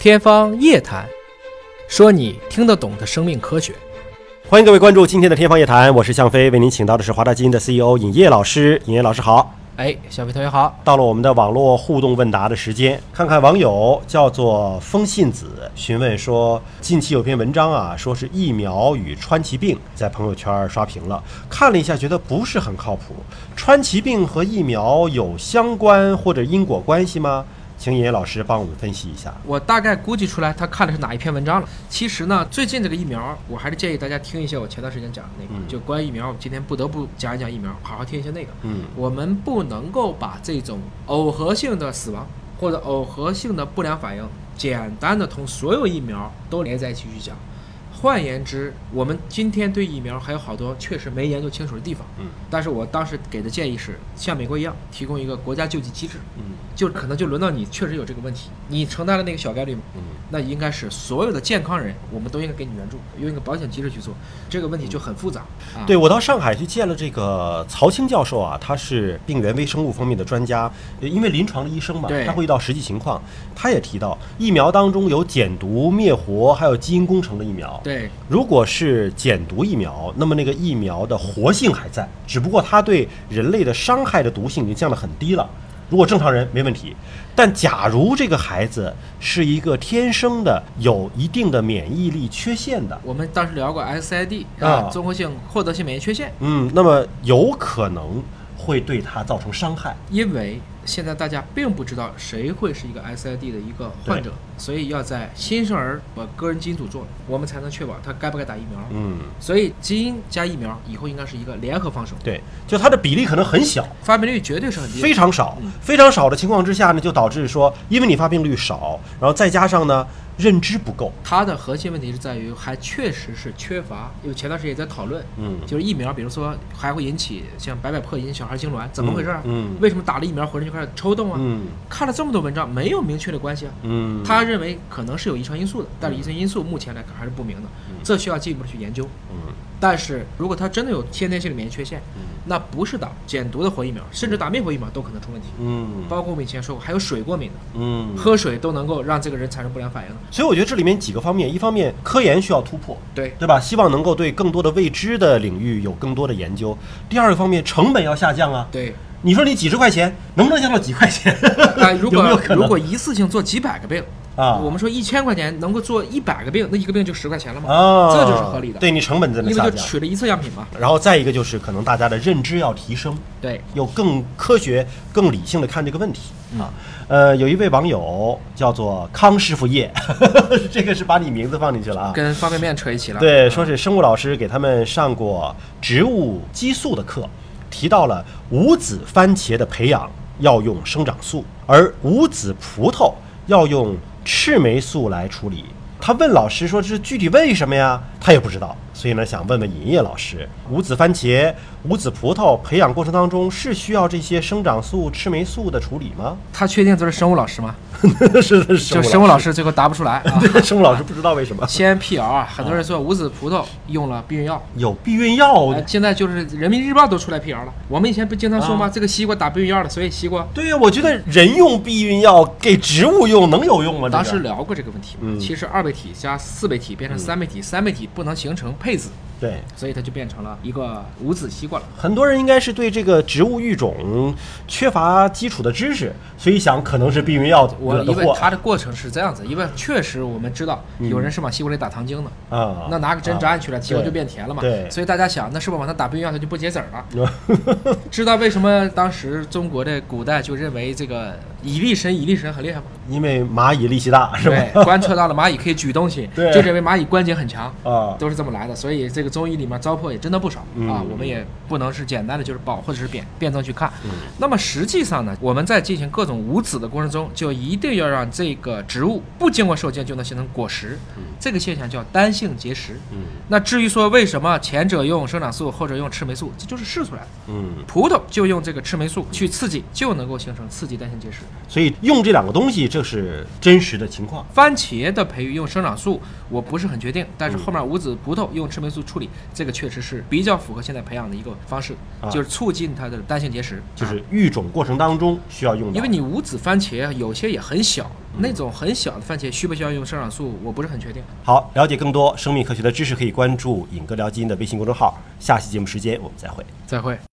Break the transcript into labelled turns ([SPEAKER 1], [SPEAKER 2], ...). [SPEAKER 1] 天方夜谭，说你听得懂的生命科学。
[SPEAKER 2] 欢迎各位关注今天的《天方夜谭》，我是向飞，为您请到的是华大基因的 CEO 尹烨老师。尹烨老师好，
[SPEAKER 1] 哎，小飞同学好，
[SPEAKER 2] 到了我们的网络互动问答的时间，看看网友叫做风信子询问说，近期有篇文章啊，说是疫苗与川崎病，在朋友圈刷屏了，看了一下，觉得不是很靠谱。川崎病和疫苗有相关或者因果关系吗？请尹烨老师帮我们分析一下。
[SPEAKER 1] 我大概估计出来他看的是哪一篇文章了。其实呢，最近这个疫苗，我还是建议大家听一些我前段时间讲的那个，
[SPEAKER 2] 嗯
[SPEAKER 1] 就关于疫苗，我们今天不得不讲一讲疫苗，好好听一些那个。
[SPEAKER 2] 嗯
[SPEAKER 1] 我们不能够把这种耦合性的死亡或者耦合性的不良反应，简单的同所有疫苗都连在一起去讲。换言之，我们今天对疫苗还有好多确实没研究清楚的地方。
[SPEAKER 2] 嗯
[SPEAKER 1] 但是我当时给的建议是，像美国一样提供一个国家救济机制，
[SPEAKER 2] 嗯
[SPEAKER 1] 就可能就轮到你确实有这个问题，你承担了那个小概率，
[SPEAKER 2] 嗯
[SPEAKER 1] 那应该是所有的健康人，我们都应该给你援助，用一个保险机制去做。这个问题就很复杂。啊、
[SPEAKER 2] 对，我到上海去见了这个曹青教授啊，他是病原微生物方面的专家，呃因为临床的医生嘛
[SPEAKER 1] 对，
[SPEAKER 2] 他会遇到实际情况。他也提到，疫苗当中有减毒、灭活，还有基因工程的疫苗。
[SPEAKER 1] 对，
[SPEAKER 2] 如果是减毒疫苗，那么那个疫苗的活性还在，只不过它对人类的伤害的毒性已经降得很低了。如果正常人没问题，但假如这个孩子是一个天生的有一定的免疫力缺陷的，
[SPEAKER 1] 我们当时聊过 SID
[SPEAKER 2] 啊
[SPEAKER 1] 综合性获得性免疫缺陷，
[SPEAKER 2] 嗯，那么有可能会对他造成伤害。
[SPEAKER 1] 因为现在大家并不知道谁会是一个 SID 的一个患者，所以要在新生儿把个人基因组做，我们才能确保他该不该打疫苗。
[SPEAKER 2] 嗯，
[SPEAKER 1] 所以基因加疫苗以后应该是一个联合防守，
[SPEAKER 2] 对，就它的比例可能很小，
[SPEAKER 1] 发病率绝对是很低的。
[SPEAKER 2] 非常少，非常少的情况之下呢，就导致说，因为你发病率少，然后再加上呢认知不够，
[SPEAKER 1] 它的核心问题是在于，还确实是缺乏，因为前段时间也在讨论，
[SPEAKER 2] 嗯
[SPEAKER 1] 就是疫苗，比如说还会引起像白百破引起小孩痉挛，怎么回事啊？
[SPEAKER 2] 嗯嗯
[SPEAKER 1] 为什么打了疫苗浑身就开始抽动啊？
[SPEAKER 2] 嗯
[SPEAKER 1] 看了这么多文章，没有明确的关系啊。
[SPEAKER 2] 嗯，
[SPEAKER 1] 他认为可能是有遗传因素的，但是遗传因素目前来看还是不明的，这需要进一步的去研究。
[SPEAKER 2] 嗯
[SPEAKER 1] 但是如果他真的有先天性的免疫缺陷，那不是打减毒的活疫苗，甚至打灭活疫苗都可能出问题。
[SPEAKER 2] 嗯
[SPEAKER 1] 包括我们以前说过，还有水过敏的，
[SPEAKER 2] 嗯，
[SPEAKER 1] 喝水都能够让这个人产生不良反应的。
[SPEAKER 2] 所以我觉得这里面几个方面，一方面科研需要突破，
[SPEAKER 1] 对，
[SPEAKER 2] 对吧？希望能够对更多的未知的领域有更多的研究。第二个方面，成本要下降啊。
[SPEAKER 1] 对，
[SPEAKER 2] 你说你几十块钱，能不能降到几块钱？
[SPEAKER 1] 那如果
[SPEAKER 2] 有没有可能
[SPEAKER 1] 如果一次性做几百个病
[SPEAKER 2] 啊
[SPEAKER 1] 我们说一千块钱能够做一百个病，那一个病就十块钱了嘛，
[SPEAKER 2] 啊，
[SPEAKER 1] 这就是合理的，
[SPEAKER 2] 对你成本在
[SPEAKER 1] 因
[SPEAKER 2] 那
[SPEAKER 1] 为
[SPEAKER 2] 下
[SPEAKER 1] 就
[SPEAKER 2] 降。
[SPEAKER 1] 取了一次样品嘛，
[SPEAKER 2] 然后再一个就是可能大家的认知要提升，
[SPEAKER 1] 对，
[SPEAKER 2] 有更科学、更理性的看这个问题
[SPEAKER 1] 嗯
[SPEAKER 2] 啊。呃，有一位网友叫做康师傅叶， 这个是把你名字放进去了啊。
[SPEAKER 1] 跟方便面扯一起了，
[SPEAKER 2] 对，说是生物老师给他们上过植物激素的课，提到了无籽番茄的培养要用生长素，而无籽葡萄要用赤霉素来处理。他问老师说：“这是具体为什么呀？”他也不知道，所以呢，想问问尹烨老师，无籽番茄、无籽葡萄培养过程当中是需要这些生长素、赤霉素的处理吗？
[SPEAKER 1] 他确定这是生物老师吗？
[SPEAKER 2] 是是
[SPEAKER 1] 就
[SPEAKER 2] 生
[SPEAKER 1] 生
[SPEAKER 2] 物
[SPEAKER 1] 物
[SPEAKER 2] 老
[SPEAKER 1] 老
[SPEAKER 2] 师，
[SPEAKER 1] 师最后答不出来啊。
[SPEAKER 2] 对生物老师不知道为什么
[SPEAKER 1] 先 PR 啊，很多人说无籽葡萄用了避孕药，
[SPEAKER 2] 有避孕药
[SPEAKER 1] 呃现在就是人民日报都出来 PR 了。我们以前不经常说
[SPEAKER 2] 啊
[SPEAKER 1] 吗？这个西瓜打避孕药了，所以西瓜
[SPEAKER 2] 对呀、我觉得人用避孕药给植物用能有用吗？这
[SPEAKER 1] 当
[SPEAKER 2] 个
[SPEAKER 1] 时聊过这个问题嘛。
[SPEAKER 2] 嗯
[SPEAKER 1] 其实二倍体加四倍体变成三倍体，三倍体不能形成配子，
[SPEAKER 2] 对
[SPEAKER 1] 所以它就变成了一个无籽西瓜了。
[SPEAKER 2] 很多人应该是对这个植物育种缺乏基础的知识，所以想可能是避孕药
[SPEAKER 1] 我
[SPEAKER 2] 惹的
[SPEAKER 1] 因为
[SPEAKER 2] 祸嗯
[SPEAKER 1] 它的过程是这样子，因为确实我们知道有人是往西瓜里打糖精的，
[SPEAKER 2] 啊。
[SPEAKER 1] 那拿个针扎进去了，西瓜
[SPEAKER 2] 对
[SPEAKER 1] 就变甜了嘛。
[SPEAKER 2] 对
[SPEAKER 1] 所以大家想，那是不是往它打避孕药，它就不结籽儿了？ 知道为什么当时中国的古代就认为这个蚁力神，蚁力神很厉害吗？
[SPEAKER 2] 因为蚂蚁力气大是吧？
[SPEAKER 1] 对，观测到了蚂蚁可以举东西，
[SPEAKER 2] 对
[SPEAKER 1] 就认为蚂蚁关节很强，
[SPEAKER 2] 啊
[SPEAKER 1] 都是这么来的。所以这个中医里面糟粕也真的不少、
[SPEAKER 2] 嗯
[SPEAKER 1] 啊，我们也不能是简单的就是褒或者是贬辩证去看。那么实际上呢，我们在进行各种无籽的过程中，就一定要让这个植物不经过授精就能形成果实，这个现象叫单性结石。
[SPEAKER 2] 嗯
[SPEAKER 1] 那至于说为什么前者用生长素，后者用赤霉素，这就是试出来的。
[SPEAKER 2] 嗯，
[SPEAKER 1] 葡萄就用这个赤霉素去刺激，就能够形成刺激单性结石。
[SPEAKER 2] 所以用这两个东西，这是真实的情况。嗯
[SPEAKER 1] 番茄的培育用生长素，我不是很确定，但是后面无籽葡萄用赤霉素处处理，这个确实是比较符合现在培养的一个方式，
[SPEAKER 2] 啊
[SPEAKER 1] 就是促进它的单性结石，啊
[SPEAKER 2] 就是育种过程当中需要用到。
[SPEAKER 1] 因为你无籽番茄有些也很小，那种很小的番茄需不需要用生长素，我不是很确定。
[SPEAKER 2] 好，了解更多生命科学的知识，可以关注“尹哥聊基因”的微信公众号。下期节目时间我们再会。
[SPEAKER 1] 再会。